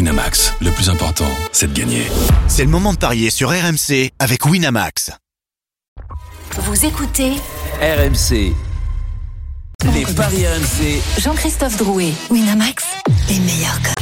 Winamax, le plus important, c'est de gagner. C'est le moment de parier sur RMC avec Winamax. Vous écoutez RMC. Les paris RMC. Jean-Christophe Drouet, Winamax, les meilleurs codes.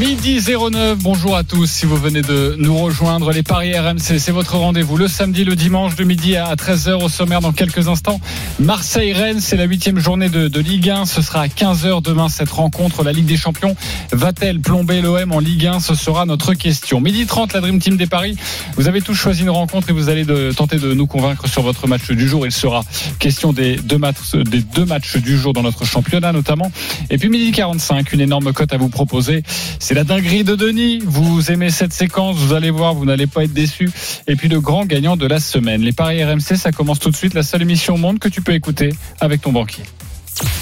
Midi 09, bonjour à tous. Si vous venez de nous rejoindre, les Paris RMC, c'est votre rendez-vous le samedi, le dimanche, de midi à 13h au sommaire dans quelques instants. Marseille-Rennes, c'est la huitième journée de, de Ligue 1. Ce sera à 15h demain cette rencontre. La Ligue des Champions va-t-elle plomber l'OM en Ligue 1 Ce sera notre question. Midi 30, la Dream Team des Paris. Vous avez tous choisi une rencontre et vous allez de- tenter de nous convaincre sur votre match du jour. Il sera question des deux, matchs, des deux matchs du jour dans notre championnat notamment. Et puis midi 45, une énorme cote à vous proposer. C'est la dinguerie de Denis. Vous aimez cette séquence, vous allez voir, vous n'allez pas être déçus. Et puis le grand gagnant de la semaine. Les paris RMC, ça commence tout de suite. La seule émission au monde que tu peux écouter avec ton banquier.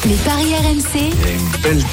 Les paris RMC, Les belles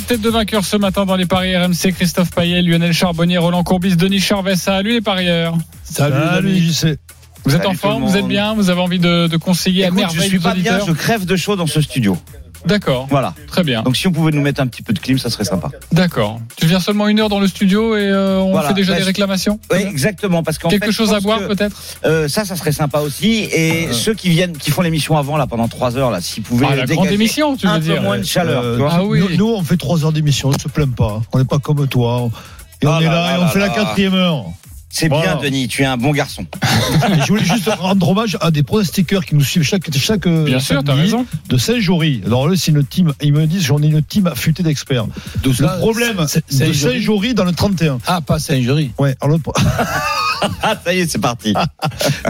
têtes de vainqueurs ce matin dans les paris RMC. Christophe Payet, Lionel Charbonnier, Roland Courbis, Denis Charvet. Salut les parieurs. Salut, Salut, JC. Vous êtes Salut en tout le forme, vous monde. êtes bien, vous avez envie de, de conseiller à Écoute, merveille je suis vos pas bien, auditeurs je crève de chaud dans ce studio. D'accord, Voilà. très bien. Donc si on pouvait nous mettre un petit peu de clim, ça serait sympa. Mmh. D'accord. Tu viens seulement une heure dans le studio et euh, on Voilà. fait déjà Bah, des je- réclamations Oui, exactement, parce qu'en Quelque fait, je chose à pense boire que, peut-être euh, Ça, ça serait sympa aussi. Et ceux qui viennent, qui font l'émission avant, là, pendant 3 heures, là, s'ils pouvaient Ah, la grande dégager émission, tu un veux peu dire moins de chaleur. Euh, tu vois. Ah oui. nous, nous, on fait trois heures d'émission, on se plaint pas. On n'est pas comme toi. Et on Ah est là là, là et on là fait la là. quatrième heure. C'est Voilà. bien, Denis, tu es un bon garçon. Et je voulais juste rendre hommage à des pronostiqueurs qui nous suivent chaque, chaque euh, Bien sûr, samedi t'as raison. de Saint-Jory. Alors là, c'est une team, ils me disent, j'en ai une team affûtée d'experts. Le problème c'est- de Saint-Jory. Saint-Jory dans le 31. Ah, pas Saint-Jury. Ouais, alors, le pro- Ah, ça y est, c'est parti.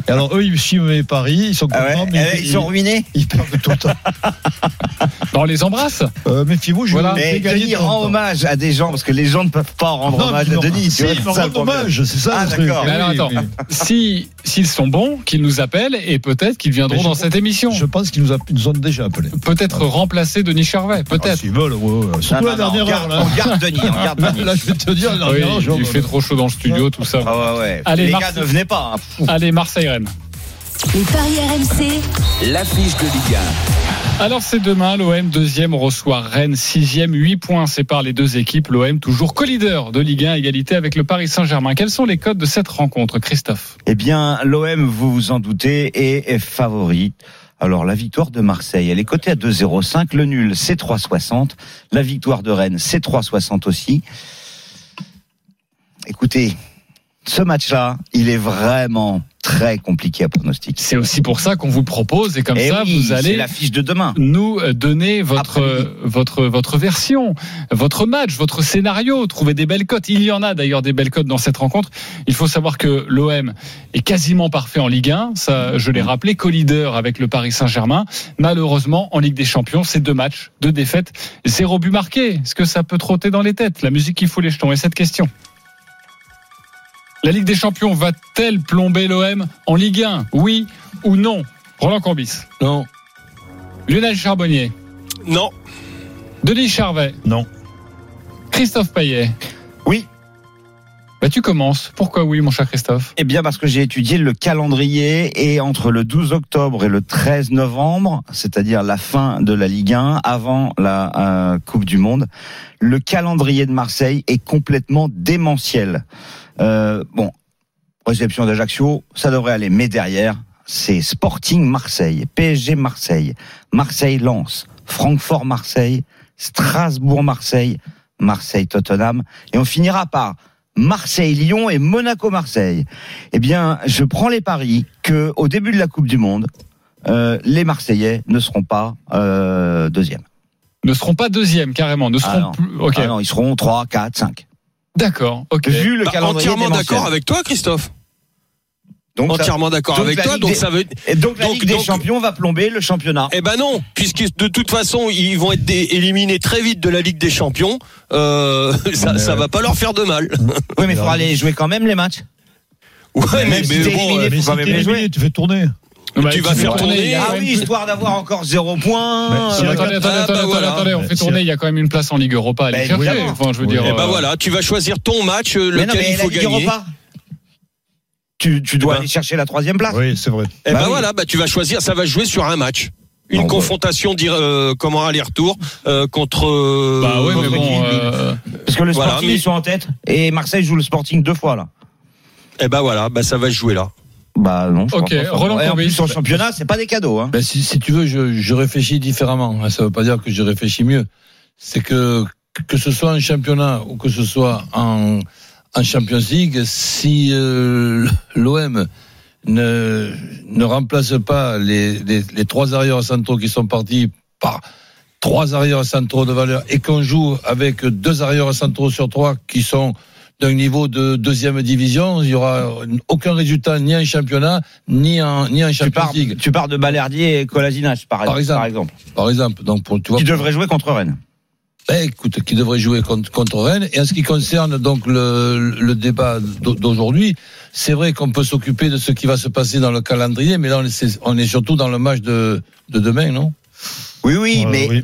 et alors, eux, ils suivent mes paris, ils sont Ah contents, ouais, mais eh, ils sont ruinés. ils perdent tout le temps. Bon, on les embrasse. Euh, Méfiez-vous, je Voilà. vais Mais gagner Eh, Denis tout le rend temps. hommage à des gens, parce que les gens ne peuvent pas rendre Non, hommage mais à non. Denis. Si, tu vois, ils c'est ça me le rendent problème. hommage, c'est ça Ah, le truc. d'accord. Mais alors, Oui, attends. oui. Si s'ils sont bons, qu'ils nous appellent et peut-être qu'ils viendront Mais je dans pense- cette émission. Je pense qu'ils nous, a- ils nous ont déjà appelés. Peut-être Ah. remplacer Denis Charvet, peut-être. Ils veulent, ouais, ouais. Non, Surtout non, la non, on dernière heure, garde- là. On garde Denis, on garde Là, Denis. là, je vais te dire, la Oui, dernière heure, je- il fait trop chaud dans le studio, tout ça. Ah ouais, ouais. Allez, les Marc- gars, ne venez pas. hein. Allez, Marseille-Rennes. les paris RMC, L'affiche de Ligue Alors c'est demain, l'OM deuxième reçoit Rennes sixième, 8 points séparent les deux équipes, l'OM toujours co-leader de Ligue 1 à égalité avec le Paris Saint-Germain. Quels sont les codes de cette rencontre, Christophe Eh bien, l'OM, vous vous en doutez, est, est favori. Alors, la victoire de Marseille, elle est cotée à 2,05. Le nul, c'est 3,60. La victoire de Rennes, c'est 3,60 aussi. Écoutez, ce match-là, il est vraiment très compliqué à pronostiquer. C'est aussi pour ça qu'on vous propose et comme Eh ça oui, vous C'est allez l'affiche de demain. nous donner votre, euh, Après-midi. votre, votre version, votre match, votre scénario, trouver des belles cotes. Il y en a d'ailleurs des belles cotes dans cette rencontre. Il faut savoir que l'OM est quasiment parfait en Ligue 1. Ça, je l'ai rappelé, co-leader avec le Paris Saint-Germain. Malheureusement, en Ligue des Champions, c'est deux matchs, deux défaites, zéro but marqué. Est-ce que ça peut trotter dans les têtes La musique qui fout les jetons. Et cette question La Ligue des Champions va-t-elle plomber l'OM en Ligue 1 Oui ou non Roland Corbis. Non. Lionel Charbonnier. Non. Denis Charvet. Non. Christophe Payet. Oui. Bah tu commences. Pourquoi oui, mon cher Christophe Eh bien, parce que j'ai étudié le calendrier et entre le 12 octobre et le 13 novembre, c'est-à-dire la fin de la Ligue 1, avant la euh, Coupe du Monde, le calendrier de Marseille est complètement démentiel. Euh, bon, réception d'Ajaccio, ça devrait aller, mais derrière, c'est Sporting Marseille, PSG Marseille, Marseille Lens, Francfort Marseille, Strasbourg Marseille, Marseille Tottenham, et on finira par Marseille-Lyon et Monaco-Marseille. Eh bien, je prends les paris que au début de la Coupe du Monde, euh, les Marseillais ne seront pas euh, deuxième. Ne seront pas deuxième carrément. Ne Ah seront non. plus. Ok. Ah non, ils seront 3, 4, 5. D'accord. Ok. Vu le Bah, calendrier entièrement démentiel. d'accord avec toi, Christophe. Donc, ça- entièrement d'accord donc avec la toi. Ligue Donc des- ça veut. et donc la donc- Ligue des donc- Champions va plomber le championnat. Eh ben non, puisque de toute façon ils vont être dé- éliminés très vite de la Ligue des Champions. Euh, ça, Mais ça ouais. va pas leur faire de mal. oui, mais il faudra aller jouer quand même les matchs. Ouais, mais, même si mais t'es bon, éliminé, euh, Mais faut si quand t'es même les éliminé, jouer. tu fais tourner. Bah, tu vas faire tourner, il y a Ah quand oui, même- histoire d'avoir encore 0 point. Mais si Attendez, Ah, attendez, bah, attendez, attendez, voilà. attendez, on Bah, fait si- tourner. Il y a quand même une place en Ligue Europa à aller Bah, chercher. évidemment. Enfin, je veux Oui. dire. eh ben euh, voilà, tu vas choisir ton match euh, lequel mais non, mais il la faut Ligue gagner. Europa, tu, tu dois Bah. aller chercher la troisième place. Oui, c'est vrai. Eh Bah ben oui. voilà, bah tu vas choisir. Ça va jouer sur un match. Eh Bah oui. ben Une Non, bah. confrontation d'ir- euh, comment aller-retour euh, contre. euh, Bah ouais, mais contre qui bon. euh, Parce que le Voilà, Sporting, mais- ils sont en tête. Et Marseille joue le Sporting deux fois, là. Eh ben voilà, bah ça va se jouer là. Bah non. je Ok, pense pas. Roland Et en Courbis. plus, en championnat, c'est pas des cadeaux. Hein. Ben, si, si tu veux, je, je réfléchis différemment. Ça veut pas dire que je réfléchis mieux. C'est que que ce soit en championnat ou que ce soit en, en Champions League, si euh, l'OM ne, ne remplace pas les, les, les trois arrières centraux qui sont partis par trois arrières centraux de valeur et qu'on joue avec deux arrières centraux sur trois qui sont d'un niveau de deuxième division, il y aura aucun résultat ni en championnat ni en ni en Tu Champions pars, League tu pars de Balerdier et Colasinac, par, Par exemple. par exemple. par exemple. Donc, pour, tu vois, Qui devrait jouer contre Rennes. ben, écoute, qui devrait jouer contre, contre Rennes. Et en ce qui concerne donc le, le débat d'au- d'aujourd'hui, c'est vrai qu'on peut s'occuper de ce qui va se passer dans le calendrier, mais là, on est, on est surtout dans le match de, de demain, non Oui, oui, Euh, mais oui.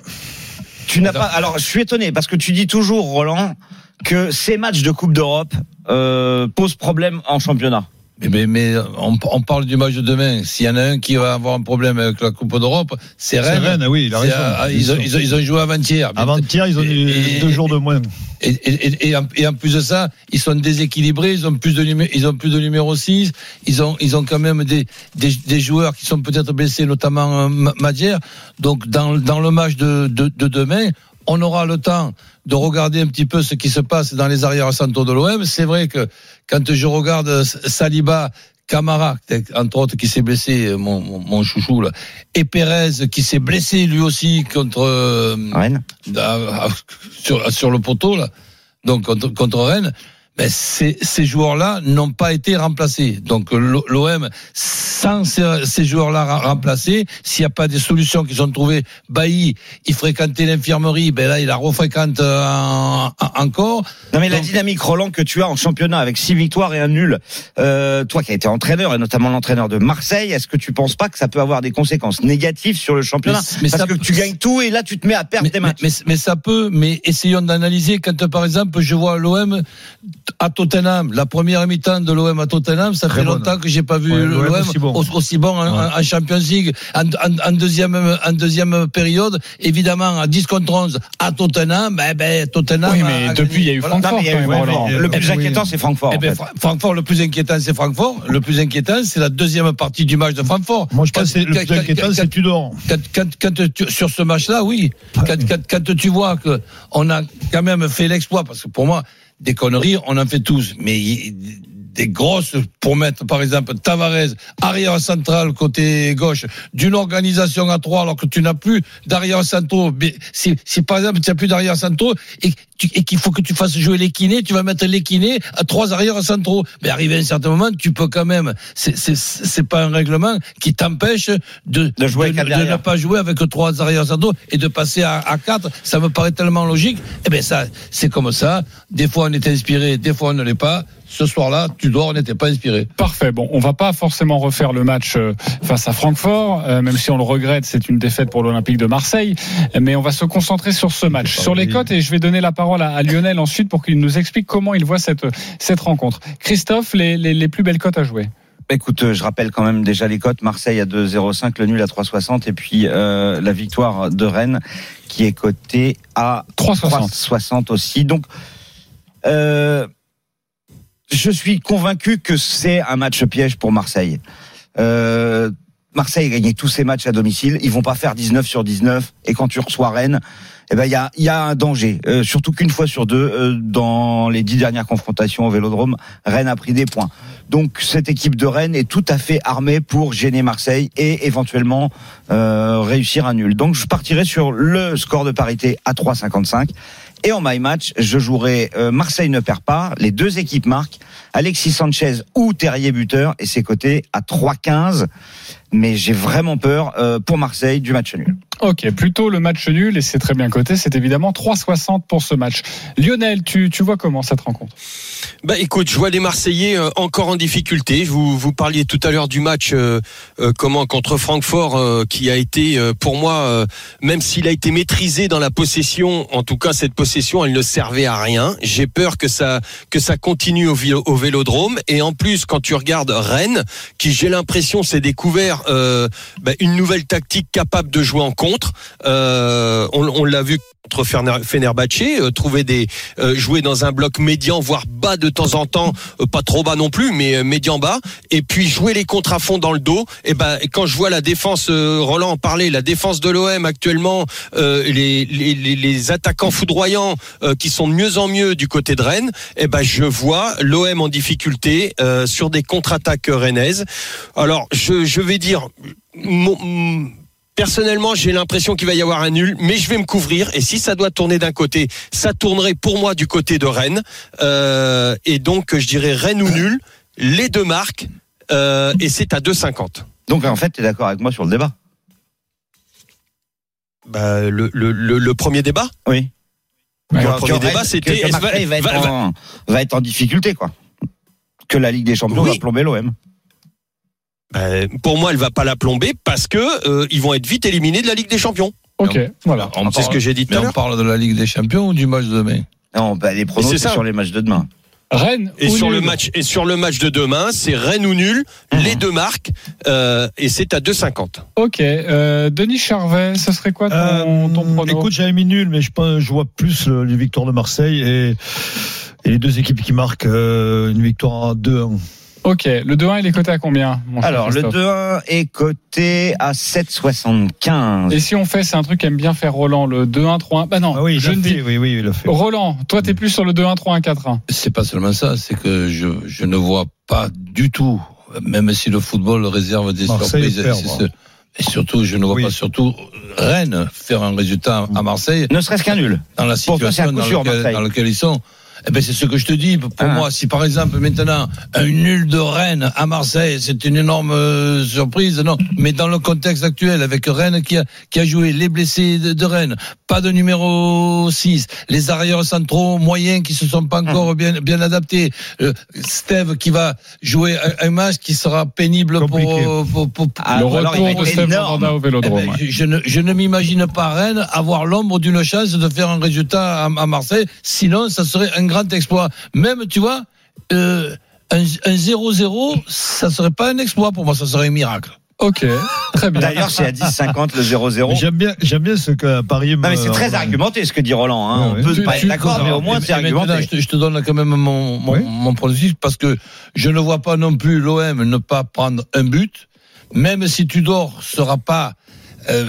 tu n'as pas. Alors, je suis étonné parce que tu dis toujours, Roland, que ces matchs de Coupe d'Europe euh, posent problème en championnat. mais, mais, mais on, on parle du match de demain. S'il y en a un qui va avoir un problème avec la Coupe d'Europe, c'est C'est Rennes. Rennes, oui, il a C'est- raison. ah, ils, ont, ils ont- ils ont joué avant-hier. Avant-hier, ils ont Et- eu deux jours de moins. Et, et- et- et en, et en plus de ça, ils sont déséquilibrés, ils ont plus de, numé- ils ont plus de numéro 6, ils ont, ils ont quand même des, des, des joueurs qui sont peut-être blessés, notamment euh, Ma- Madière. Donc dans, dans le match de, de, de demain, on aura le temps de regarder un petit peu ce qui se passe dans les arrières centraux de l'OM. C'est vrai que quand je regarde euh, Saliba, Camara, entre autres, qui s'est blessé, euh, mon, mon, mon chouchou, là, et Pérez, qui s'est blessé lui aussi contre... euh, Rennes. à- à- sur, sur le poteau là, donc contre, contre Rennes, ben ces, ces joueurs-là n'ont pas été remplacés. Donc euh, l'O- l'OM, sans ces, ces joueurs-là ra- remplacés, s'il n'y a pas des solutions qui sont trouvées, Bailly, il fréquentait l'infirmerie, ben là il la refréquente euh, en- en- encore. Non mais la Donc- dynamique Roland que tu as en championnat avec six victoires et un nul, euh, toi qui as été entraîneur et notamment l'entraîneur de Marseille, est-ce que tu penses pas que ça peut avoir des conséquences négatives sur le championnat Mais- mais Parce ça- que tu gagnes tout et là tu te mets à perdre Mais, des matchs. mais- mais- mais ça peut, mais essayons d'analyser quand par exemple je vois l'OM à Tottenham, la première mi-temps de l'OM à Tottenham, ça Très fait bonne. longtemps que j'ai pas vu Ouais, l'OM aussi aussi bon, bon. en, Ouais. en- en Champions League, en, en- en deuxième, en deuxième période, évidemment à 10 contre 11 à Tottenham, ben, ben, Tottenham. Oui, a- mais a depuis, il y gagné. a eu Voilà. Francfort Non, mais il y a quand eu- même, ouais, Roland. mais- Le Eh plus ben oui. inquiétant c'est Francfort. Eh en ben, fait. Fra- Francfort, le plus inquiétant, c'est Francfort. Le plus inquiétant, c'est la deuxième partie du match de Francfort. Moi, je pense que c'est- le Quand- plus quand- inquiétant, quand- c'est Tudor. quand, quand- quand tu- sur ce match-là, oui. Quand, quand- quand tu vois que on a quand même fait l'exploit, parce que pour moi, des conneries, on en fait tous, mais il- des grosses pour mettre, par exemple, Tavares arrière central côté gauche, d'une organisation à trois alors que tu n'as plus d'arrière centraux. Mais Si, si par exemple tu n'as plus d'arrière centraux et, que tu- et qu'il faut que tu fasses jouer les kinés, tu vas mettre les kinés à trois arrière centraux. Mais arrivé à un certain moment, tu peux quand même. C'est c'est- c'est pas un règlement qui t'empêche de De jouer avec un de derrière. ne pas jouer avec trois arrières centraux et de passer à, à quatre, ça me paraît tellement logique. Eh bien, ça, c'est comme ça. Des fois, on est inspiré, des fois, on ne l'est pas. Ce soir-là, tu dors, on n'était pas inspiré. Parfait. Bon, on va pas forcément refaire le match euh, face à Francfort, euh, même si on le regrette, c'est une défaite pour l'Olympique de Marseille. Mais on va se concentrer sur ce match, sur les cotes, et je vais donner la parole à, à Lionel ensuite pour qu'il nous explique comment il voit cette cette rencontre. Christophe, les, les, les plus belles cotes à jouer. Écoute, euh, je rappelle quand même déjà les cotes. Marseille à 2,05, le nul à 3,60 et puis euh, la victoire de Rennes qui est cotée à 3,60. 3,60 aussi. Donc, euh, je suis convaincu que c'est un match piège pour Marseille. Euh, Marseille a gagné tous ses matchs à domicile. Ils vont pas faire 19 sur 19. Et quand tu reçois Rennes, eh ben il y a, il y a un danger. Euh, surtout qu'une fois sur deux, euh, dans les dix dernières confrontations au Vélodrome, Rennes a pris des points. Donc cette équipe de Rennes est tout à fait armée pour gêner Marseille et éventuellement euh, réussir un nul. Donc je partirai sur le score de parité à 3,55. Et en my match, je jouerai euh, Marseille ne perd pas, les deux équipes marquent, Alexis Sanchez ou Terrier buteur, et c'est coté à 3,15. Mais j'ai vraiment peur euh, pour Marseille du match nul. Ok, plutôt le match nul, et c'est très bien coté. C'est évidemment 3,60 pour ce match. Lionel, tu, tu vois comment cette rencontre Bah écoute, je vois les Marseillais euh, encore en difficulté. Je Vous, vous parliez tout à l'heure du match euh, euh, comment contre Francfort euh, qui a été euh, pour moi, euh, même s'il a été maîtrisé dans la possession, en tout cas cette possession, elle ne servait à rien. J'ai peur que ça que ça continue au, vi- au Vélodrome. Et en plus, quand tu regardes Rennes, qui j'ai l'impression s'est découvert euh, bah, une nouvelle tactique capable de jouer en contre. Euh, on on l'a vu contre Fener- Fenerbahçe, euh, trouver des euh, jouer dans un bloc médian, voire bas de temps en temps, euh, pas trop bas non plus, mais euh, médian bas, et puis jouer les contre à fond dans le dos. Et ben quand je vois la défense, euh, Roland en parlait, la défense de l'OM actuellement, euh, les, les, les, les attaquants foudroyants euh, qui sont de mieux en mieux du côté de Rennes, et ben je vois l'OM en difficulté euh, sur des contre-attaques rennaises. Alors je, je vais dire. mon- mon- Personnellement, j'ai l'impression qu'il va y avoir un nul, mais je vais me couvrir. Et si ça doit tourner d'un côté, ça tournerait pour moi du côté de Rennes. Euh, et donc, je dirais Rennes ou nul, les deux marques, euh, et c'est à 2,50. Donc en fait, tu es d'accord avec moi sur le débat Bah, le, le, le, le premier débat Oui. Le Que- premier que- débat, que- c'était que est-ce Marseille va, être en, va être en difficulté, quoi. Que la Ligue des Champions Oui. va plomber l'OM. Ben, Bah, Pour moi, elle va pas la plomber parce que euh, ils vont être vite éliminés de la Ligue des Champions. Ok, voilà. On C'est ce parle- que j'ai dit tout Mais à on l'heure. parle de la Ligue des Champions ou du match de demain Non, bah, les pronos, Mais c'est c'est ça. sur les matchs de demain. Rennes Et ou sur, nul Ah. le match, et sur le match de demain, c'est Rennes ou nul, les deux marques, euh, et c'est à 2,50. Ok, euh, Denis Charvet, ce serait quoi ton, ton Euh, prono écoute, j'avais mis nul, mais je, pense- je vois plus le- les victoires Euh, de Marseille et, et les deux équipes qui marquent euh, une victoire à hein. 2-1. Ok, le 2-1, il est coté à combien mon cher Alors, le Christophe 2-1 est coté à 7,75. Et si on fait, c'est un truc qu'aime bien faire Roland, le 2-1, 3-1. Bah non, Ah oui, il je l'a ne fait, dis. Oh. oui, oui, il l'a fait. Roland, toi, t'es plus sur le 2-1, 3-1, 4-1. C'est pas seulement ça, c'est que je, je ne vois pas du tout, même si le football réserve des Marseille surprises. perd, moi. c'est ce- et surtout, je ne vois Oui. Mm. pas surtout Rennes faire un résultat à Marseille Ne serait-ce qu'un nul. dans la Pour toi, c'est un situation coup dans, sûr, laquelle, Marseille. dans laquelle ils sont. Eh ben, c'est ce que je te dis. Pour Ah. moi, si par exemple, maintenant, un nul de Rennes à Marseille, c'est une énorme euh, surprise, non. Mais dans le contexte actuel, avec Rennes qui a, qui a joué les blessés de, de Rennes, pas de numéro 6, les arrières centraux moyens qui se sont Ah. pas encore bien, bien adaptés, euh, Steve qui va jouer un, un match qui sera pénible pour, Compliqué. euh, pour, pour- Ah, le ou alors, il retour va de être Steve énorme. Mandanda au eh ben, Vélodrome. ouais. je, je ne, je ne m'imagine pas Rennes avoir l'ombre d'une chance de faire un résultat à, à Marseille. Sinon, ça serait un grand exploit. Même, tu vois, euh, un un 0-0, ça serait pas un exploit pour moi, ça serait un miracle. Ok, très bien. D'ailleurs, c'est à 10,50 le 0-0. Mais J'aime bien, j'aime bien ce que Paris. Non, me- Ah, mais c'est très Roland. argumenté ce que dit Roland. hein. Ah Ouais, On peut Tu- pas tu- être d'accord, mais au moins Et- c'est et maintenant, argumenté. Je te, je te donne quand même mon, mon, Oui. mon pronostic parce que je ne vois pas non plus l'OM ne pas prendre un but, même si Tudor sera pas euh,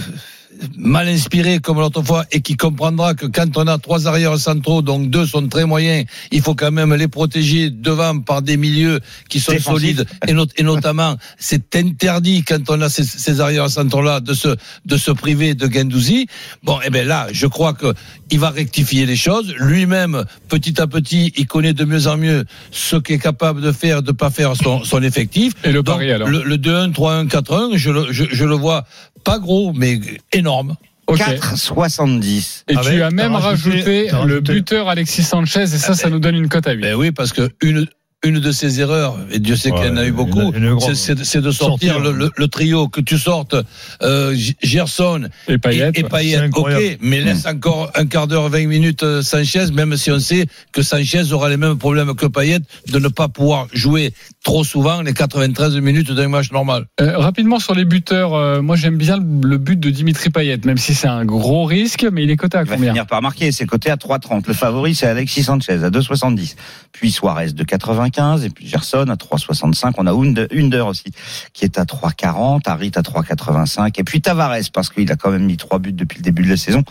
mal inspiré comme l'autre fois et qui comprendra que quand on a trois arrières centraux, donc deux sont très moyens, il faut quand même les protéger devant par des milieux qui sont Défensifs. solides et, not- et notamment c'est interdit quand on a ces, ces arrières centraux là de se de se priver de Gendouzi. Bon, et ben là, je crois que il va rectifier les choses. Lui-même, petit à petit, il connaît de mieux en mieux ce qu'est capable de faire, de pas faire son, son effectif. Et le Donc, pari, alors Le, le 2-1, 3-1, 4-1, je le, je, je le vois pas gros, mais énorme. Ok. 4,70. Et Avec, tu as même t'as rajouté, rajouté- t'as le rajouté. buteur Alexis Sanchez, et ça, Eh. ça nous donne une cote à 8. Ben oui, parce que une, une de ses erreurs, et Dieu sait qu'il y en a Ouais, eu beaucoup, il y en a- il y en a eu c'est- grand. c'est de- c'est de sortir, Sortir. hein. le, le- le trio, que tu sortes euh, G- Gerson Et Payet. et, et ouais. Payet. C'est incroyable. Mm. ok, mais laisse encore un quart d'heure, 20 minutes euh, Sanchez, même si on sait que Sanchez aura les mêmes problèmes que Payet de ne pas pouvoir jouer trop souvent les 93 minutes d'un match normal. Euh, rapidement sur les buteurs, euh, moi j'aime bien le, le but de Dimitri Payet, même si c'est un gros risque, mais il est coté à Il va combien finir par marquer. C'est coté à 3,30. Le favori, c'est Alexis Sanchez à 2,70. Puis Suarez de 95. Et puis Gerson à 3,65. On a Hunde- Hunder aussi, qui est à 3,40. Harit à 3,85. Et puis Tavares, parce qu'il a quand même mis trois buts depuis le début de la saison.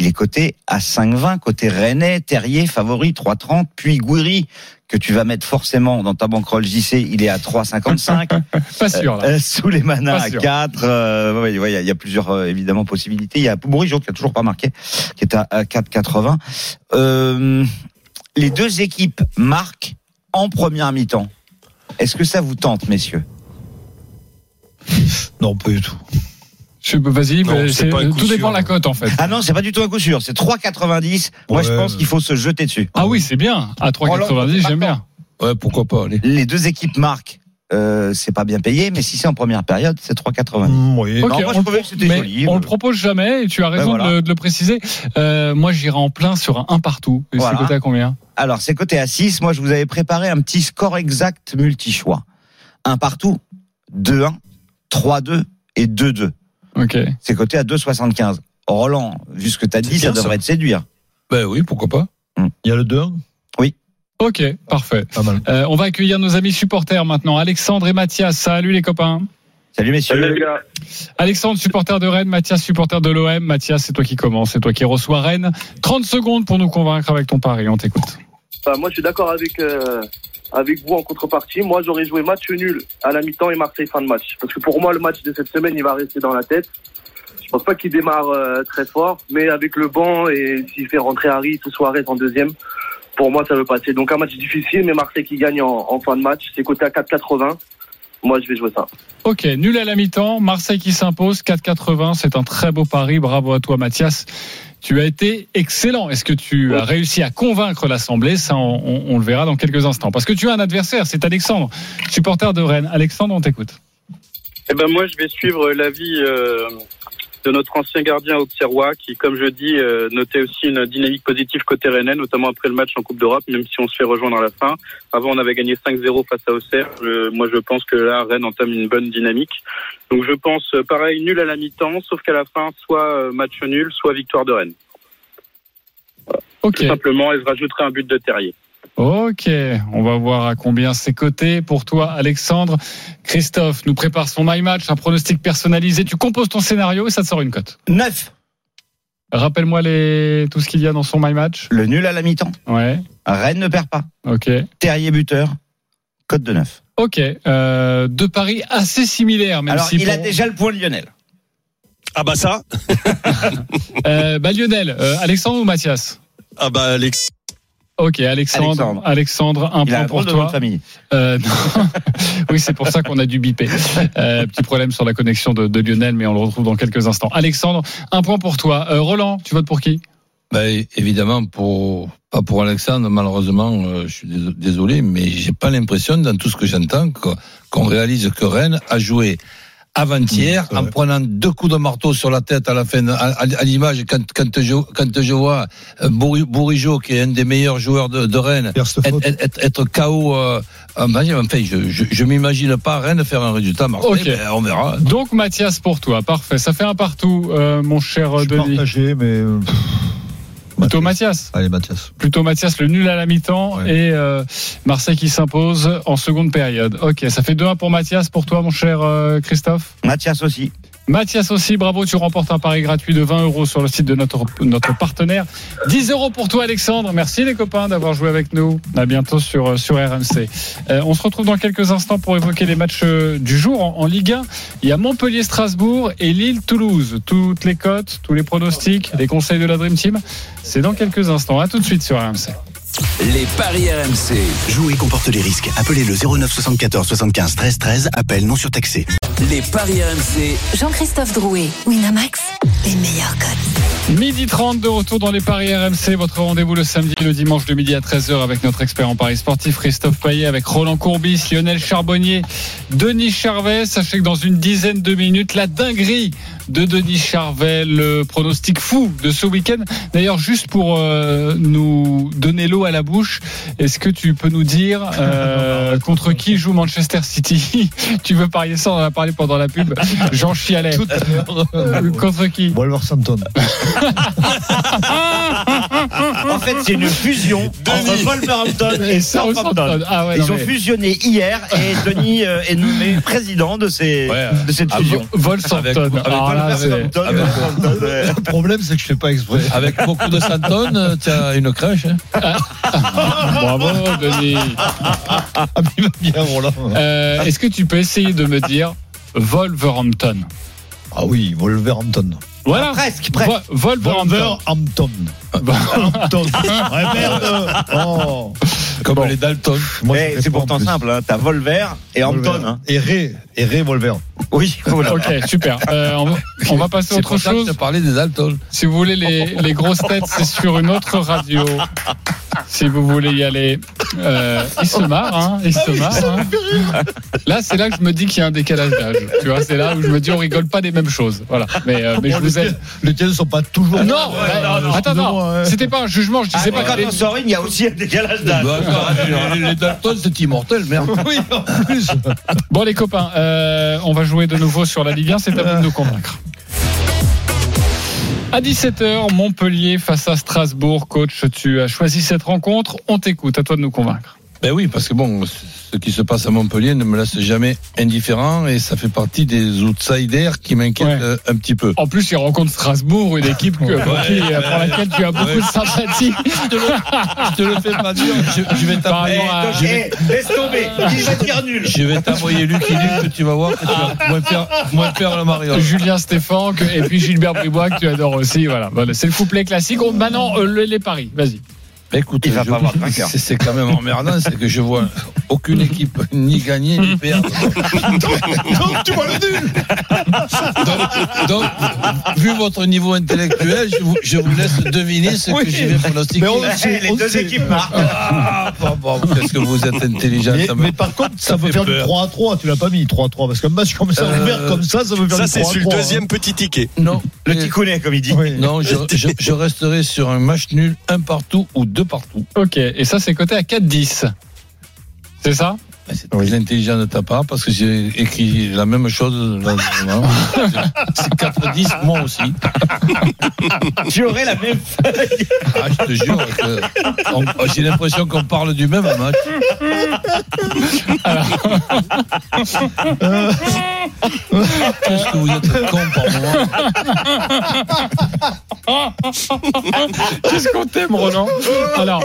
Il est coté à 5,20. Côté Rennais, Terrier, favori, 3,30. Puis Guiri, que tu vas mettre forcément dans ta banquerolle JC, il est à 3,55. Pas sûr là. Euh, Souleymana Pas à sûr. 4. euh, ouais, ouais, Il y, a- il y a plusieurs euh, évidemment possibilités. Il y a Bourigeau qui a toujours pas marqué, qui est à, à 4,80. Euh, les deux équipes marquent en première mi-temps. Est-ce que ça vous tente, messieurs Non, pas du tout. Je- Vas-y, Non, bah, c'est c'est- pas un tout coup sûr, dépend de la hein. cote en fait. Ah non, c'est pas du tout un coup sûr. C'est 3,90. Moi, je Ouais. pense qu'il faut se jeter dessus. Ah oui, c'est bien. À Roland, 3,90, c'est pas j'aime tant. bien. Ouais, pourquoi pas. allez. Les deux équipes marquent. Euh, c'est pas bien payé, mais si c'est en première période, c'est 3,90. Mmh, oui. Ok, Non, moi, je on, le trouvais que c'était mais joli. euh. Ben on le propose jamais et tu as raison voilà. de, le- de le préciser. Euh, moi, j'irai en plein sur un 1 partout. Et Voilà. C'est coté à combien Alors, c'est côté à 6. Moi, je vous avais préparé un petit score exact multi-choix. Un partout, 2-1, 3-2 et 2-2. Ok. C'est coté à 2,75. Roland, vu ce que t'as dit, ça bien, ça. devrait te séduire. Ben oui, pourquoi pas. Il y a le 2 Ok, parfait. Pas mal. Euh, on va accueillir nos amis supporters maintenant. Alexandre et Mathias, salut les copains. Salut, Eh messieurs. ben, Alexandre, supporter de Rennes, Mathias, supporter de l'OM. Mathias, c'est toi qui commence, c'est toi qui reçois Rennes. 30 secondes pour nous convaincre avec ton pari, on t'écoute. Bah, moi, je suis d'accord avec, euh, avec vous en contrepartie. Moi, j'aurais joué match nul à la mi-temps et Marseille fin de match. Parce que pour moi, le match de cette semaine, il va rester dans la tête. Je pense pas qu'il démarre euh, très fort, mais avec le banc et s'il fait rentrer Harry ou Suarez en deuxième, pour moi, ça veut passer. Donc, un match difficile, mais Marseille qui gagne en, en fin de match. C'est coté à 4,80. Moi, je vais jouer ça. Ok, nul à la mi-temps, Marseille qui s'impose, 4,80, c'est un très beau pari, bravo à toi Mathias. Tu as été excellent. Est-ce que tu as réussi à convaincre l'Assemblée Ça, on, on- on le verra dans quelques instants. Parce que tu as un adversaire, c'est Alexandre, supporter de Rennes. Alexandre, on t'écoute. Eh ben moi, je vais suivre l'avis euh, de notre ancien gardien Auxerrois, qui, comme je dis, euh, notait aussi une dynamique positive côté Rennais, notamment après le match en Coupe d'Europe, même si on se fait rejoindre à la fin. Avant, on avait gagné 5-0 face à Auxerre. Je- moi, je pense que là, Rennes entame une bonne dynamique. Donc, je pense, euh, pareil, nul à la mi-temps, sauf qu'à la fin, soit euh, match nul, soit victoire de Rennes. Ok. Tout simplement, et je rajouterai un but de Terrier. Ok, on va voir à combien c'est coté. Pour toi, Alexandre, Christophe nous prépare son My Match, un pronostic personnalisé. Tu composes ton scénario et ça te sort une cote. 9. Rappelle-moi les... tout ce qu'il y a dans son My Match. Le nul à la mi-temps. Ouais, Rennes ne perd pas. ok. Terrier buteur. Code de 9. Ok, euh, deux paris assez similaires. Même Alors, si il a pour- déjà le point Lionel. Ah bah ça Euh, bah, Lionel, euh, Alexandre ou Mathias Ah bah Alex. Ok, Alexandre. Alexandre. Alexandre, un Il a point un pour drôle de nom toi. de famille. Euh, non. oui, c'est pour ça qu'on a dû biper. Euh, petit problème sur la connexion de, de Lionel, mais on le retrouve dans quelques instants. Alexandre, un point pour toi. Euh, Roland, tu votes pour qui Ben, évidemment, pour, pas pour Alexandre, malheureusement, euh, je suis dés- désolé, mais j'ai pas l'impression, dans tout ce que j'entends, que- qu'on réalise que Rennes a joué avant-hier en prenant deux coups de marteau sur la tête à la fin, à, à- à l'image, quand, quand, je, quand je vois euh, Bourri- Bourigeau, qui est un des meilleurs joueurs de, de Rennes, Faire cette être, faute. être, être- être KO, euh, en- enfin, je, je, je m'imagine pas Rennes faire un résultat à Marseille, Ok. ben, on verra. Donc Mathias pour toi, parfait. Ça fait un partout, euh, mon cher Je suis Denis. partagé, mais. euh, pff, Plutôt Mathias. Mathias. Allez, Mathias. Plutôt Mathias, le nul à la mi-temps Ouais. et euh, Marseille qui s'impose en seconde période. Ok, ça fait 2-1 pour Mathias, pour toi, mon cher euh, Christophe. Mathias aussi. Mathias aussi, bravo, tu remportes un pari gratuit de 20 euros sur le site de notre, notre partenaire. 10 euros pour toi Alexandre, merci les copains d'avoir joué avec nous. À bientôt sur, euh, sur RMC. Euh, on se retrouve dans quelques instants pour évoquer les matchs euh, du jour en, en Ligue 1. Il y a Montpellier-Strasbourg et Lille-Toulouse. Toutes les cotes, tous les pronostics, les conseils de la Dream Team, c'est dans quelques instants. À tout de suite sur RMC. Les paris RMC. Jouer comporte les risques. Appelez le 09 74 75 13 13. Appel non surtaxé. Les paris RMC. Jean-Christophe Drouet, Winamax, les meilleurs codes. Midi 30 de retour dans les Paris RMC, votre rendez-vous le samedi et le dimanche de midi à 13h avec notre expert en Paris sportif Christophe Payet, avec Roland Courbis, Lionel Charbonnier, Denis Charvet. Sachez que dans une dizaine de minutes, la dinguerie de Denis Charvet, le pronostic fou de ce week-end. D'ailleurs, juste pour euh, nous donner l'eau à la bouche, est-ce que tu peux nous dire euh, contre qui joue Manchester City Tu veux parier ça, on en a parlé pendant la pub. Jean Chialet. Euh, Contre qui Wolverhampton. En fait, c'est une fusion entre Wolverhampton et Southampton. Ah ouais, Ils non, ont mais- fusionné hier et Denis euh, est nommé président de, ces, Ouais, de cette ah fusion. bon Wolverhampton. Avec- Alors avec Ah, là, c'est- Wolverhampton, avec- Wolverhampton, ouais. Le problème, c'est que je fais pas exprès. Avec beaucoup de Santon, tu as une crèche. Hein. Bravo, Denis. Ah, mais il va bien, Roland. Euh, Est-ce que tu peux essayer de me dire Wolverhampton Ah oui, Wolverhampton. Voilà. Ah, Presque, presque. Vo- Wolverhampton. Wolverhampton. Hampton. Ouais, merde. Oh. Comme Bon. les Dalton. Moi, je Eh, fais c'est pas en pourtant plus. simple, hein. t'as Volver et Hampton. Wolver- Hein. Et Ray, et Ray Wolver. Oui, voilà. Ok, super. Euh, on, va- on va passer à C'est autre pour ça que je chose. te parlais des Dalton. Si vous voulez les, les grosses têtes, c'est sur une autre radio. Si vous voulez y aller. Euh, il se marre, Ah hein, il se marre. hein. Là, c'est là que je me dis qu'il y a un décalage d'âge. Tu vois, c'est là où je me dis on rigole pas des mêmes choses. Voilà. Mais, euh, mais je Bon, les vous aide. tiennes- Les tiennes ne sont pas toujours. Non, Ouais, bah, euh, attends, excusez-moi, non, Ah, hein. c'était pas un jugement. Je disais C'est pas pas quand que les- on sort il y a aussi un décalage d'âge. Bah, attends, les- les Dalton, c'est immortel, merde. Oui, en plus. Bon, les copains, euh, on va jouer de nouveau sur la Ligue 1. C'est à vous de nous convaincre. À 17h, Montpellier face à Strasbourg. Coach, tu as choisi cette rencontre. On t'écoute. À toi de nous convaincre. Ben oui, parce que bon, ce qui se passe à Montpellier ne me laisse jamais indifférent et ça fait partie des outsiders qui m'inquiètent Ouais. euh, un petit peu. En plus, il rencontre Strasbourg, une équipe que- pour, qui- euh, pour laquelle tu as beaucoup de sympathie. Je te le fais pas dire, je, je vais Par t'envoyer rapport à- Eh, laisse tomber, il va dire nul. Je vais t'envoyer Luc et Luc, que tu vas voir que tu vas moins faire, moins faire le mariage. Julien Stéphane que- et puis Gilbert Bribois que tu adores aussi. Voilà, Voilà, c'est le couplet classique. On, maintenant, euh, le- les paris. Vas-y. Ben Écoute, Il va je- pas avoir de vainqueur. c'est- C'est quand même emmerdant, c'est que je vois aucune équipe ni gagner ni perdre. Donc, tu vois le nul Donc, donc, vu votre niveau intellectuel, je vous, je vous laisse deviner ce que Oui. je vais pronostiquer. Mais on le Eh, sait, les on le deux sait. équipes marquent. Ah, bon, bon, qu'est-ce que vous êtes intelligent. Mais, ça me- mais par contre, ça, ça peut fait faire du peur. 3 à 3. Tu l'as pas mis, 3 à 3. Parce qu'un match comme ça, Euh, ouvert comme ça, ça peut faire Ça, du 3 à 3. c'est sur le hein. deuxième petit ticket. Non, Le mais- ticounet, comme il dit. Oui. non, je, je- je resterai sur un match nul, un partout ou deux partout. Ok, et ça, c'est coté à 4-10. C'est ça Ben, C'est très intelligent de ta part parce que j'ai écrit la même chose. dans- dans- C'est 4-10, moi aussi. Tu aurais la même. Ah, je te jure, que- on- oh, j'ai l'impression qu'on parle du même match. Qu'est-ce que vous êtes con par moment Qu'est-ce qu'on t'aime, Roland Alors,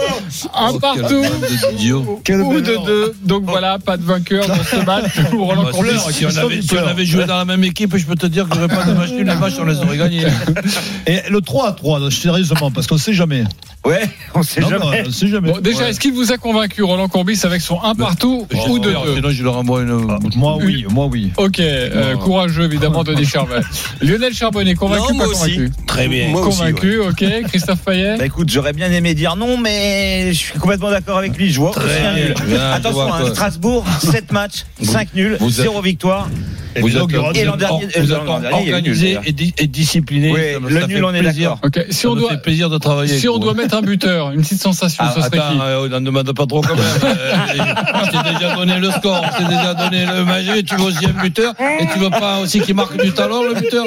un Oh, quel partout bande d'idiots. ou de deux. Donc voilà, pas de vainqueur dans ce match où Roland Bah, Courbis- si, si on Christophe, avait, il si on pleure. avait joué dans la même équipe, je peux te dire qu'il n'y aurait pas de match nul. Les matchs, on les aurait gagnés. Et le 3 à 3, donc, sérieusement, parce qu'on sait jamais. Ouais, on sait Non, jamais. non, on sait jamais. Bon, déjà, Ouais. est-ce qu'il vous a convaincu, Roland Courbis, avec son un partout J'espère, ou de deux Sinon, je leur envoie une. Ah, Moi, oui, moi, oui. Ok, euh, Non. courageux évidemment Denis Charvet. Lionel Charbonnet, convaincu Non, pas moi aussi. convaincu Très bien. Moi aussi, ouais. Convaincu, ok. Christophe Payet Bah écoute, j'aurais bien aimé dire non, mais je suis complètement d'accord avec lui. Je vois aussi un nul. bien, je Attention, vois, hein, toi. Strasbourg, 7 matchs, Vous- 5 nuls, vous êtes- 0 victoire. Vous êtes, donc, vous et êtes l'an dernier- euh, or- vous êtes l'an dernier, il y a eu organisé d'ailleurs. et, di- et discipliné. Oui, Ça me- le ça nul, fait on est plaisir. d'accord. Ok, si Ça on me doit, fait plaisir de travailler. si avec on vous. doit mettre un buteur, une petite sensation, Ah, ce serait attends, qui euh, on n'en demande pas trop quand même. Euh, je t'ai déjà donné le score, je t'ai déjà donné le magie, tu veux aussi un buteur, et tu veux pas aussi qu'il marque du talent, le buteur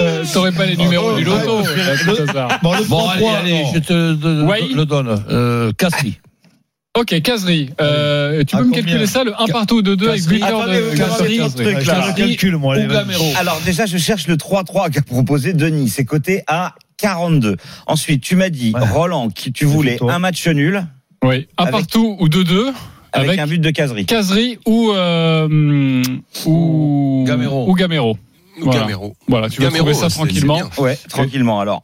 Euh, T'aurais pas les numéros oh, du ouais, loto. parce que- euh, tout hasard. Bon, le 3 Bon, à allez, 3, allez, alors. je te le- Ouais. le donne. Euh, Casri. Ok, Casery, euh, tu À peux me combien calculer ça, le 1 Ca- partout de 2 avec euh, Casery. buteur Attendez, de vous Casery. avez un Ouais, truc je fais là. le calcul, moi. allez, ou vas-y. Gamero. Alors déjà, je cherche le 3-3 qu'a proposé Denis. C'est coté à 42. Ensuite, tu m'as dit, Ouais. Roland, qui tu voulais plutôt. un match nul Oui, un Avec- partout ou 2-2 avec, avec, un but de caserie. Casery ou, euh, hum, ou Gamero. Ou Gamero. Ou Voilà. Gamero. Voilà, tu vas Gamero, trouver c'est- ça c'est tranquillement. bien. Ouais, tranquillement alors.